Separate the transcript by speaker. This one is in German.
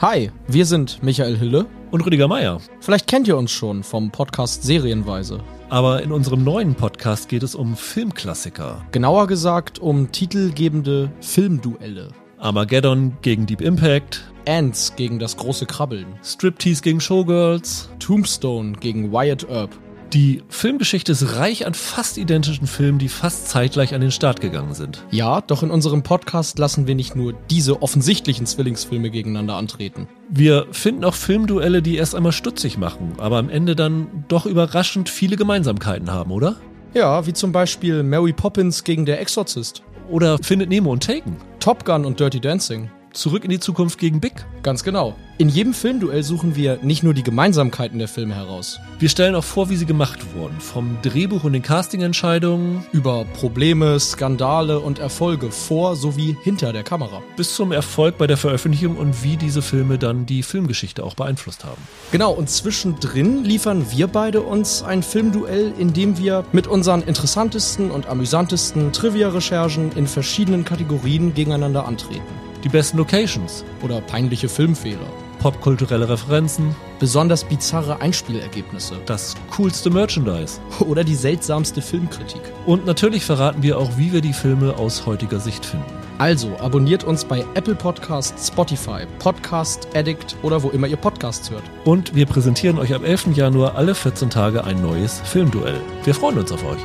Speaker 1: Hi, wir sind Michael Hille.
Speaker 2: Und Rüdiger Meier.
Speaker 1: Vielleicht kennt ihr uns schon vom Podcast Serienweise.
Speaker 2: Aber in unserem neuen Podcast geht es um Filmklassiker.
Speaker 1: Genauer gesagt um titelgebende Filmduelle.
Speaker 2: Armageddon gegen Deep Impact,
Speaker 1: Ants gegen das große Krabbeln,
Speaker 2: Striptease gegen Showgirls.
Speaker 1: Tombstone gegen Wyatt Earp.
Speaker 2: Die Filmgeschichte ist reich an fast identischen Filmen, die fast zeitgleich an den Start gegangen sind.
Speaker 1: Ja, doch in unserem Podcast lassen wir nicht nur diese offensichtlichen Zwillingsfilme gegeneinander antreten.
Speaker 2: Wir finden auch Filmduelle, die erst einmal stutzig machen, aber am Ende dann doch überraschend viele Gemeinsamkeiten haben, oder?
Speaker 1: Ja, wie zum Beispiel Mary Poppins gegen der Exorzist,
Speaker 2: Oder findet Nemo und Taken?
Speaker 1: Top Gun und Dirty Dancing.
Speaker 2: Zurück in die Zukunft gegen Big?
Speaker 1: Ganz genau. In jedem Filmduell suchen wir nicht nur die Gemeinsamkeiten der Filme heraus,
Speaker 2: Wir stellen auch vor, wie sie gemacht wurden. Vom Drehbuch und den Castingentscheidungen
Speaker 1: über Probleme, Skandale und Erfolge vor sowie hinter der Kamera.
Speaker 2: bis zum Erfolg bei der Veröffentlichung und wie diese Filme dann die Filmgeschichte auch beeinflusst haben.
Speaker 1: Genau, und zwischendrin liefern wir beide uns ein Filmduell, in dem wir mit unseren interessantesten und amüsantesten Trivia-Recherchen in verschiedenen Kategorien gegeneinander antreten.
Speaker 2: Die besten Locations,
Speaker 1: Oder peinliche Filmfehler.
Speaker 2: popkulturelle Referenzen,
Speaker 1: Besonders bizarre Einspielergebnisse.
Speaker 2: das coolste Merchandise.
Speaker 1: Oder die seltsamste Filmkritik.
Speaker 2: Und natürlich verraten wir auch, wie wir die Filme aus heutiger Sicht finden.
Speaker 1: Also abonniert uns bei Apple Podcast, Spotify, Podcast Addict oder wo immer ihr Podcasts hört.
Speaker 2: Und wir präsentieren euch am 11. Januar alle 14 Tage ein neues Filmduell. Wir freuen uns auf euch.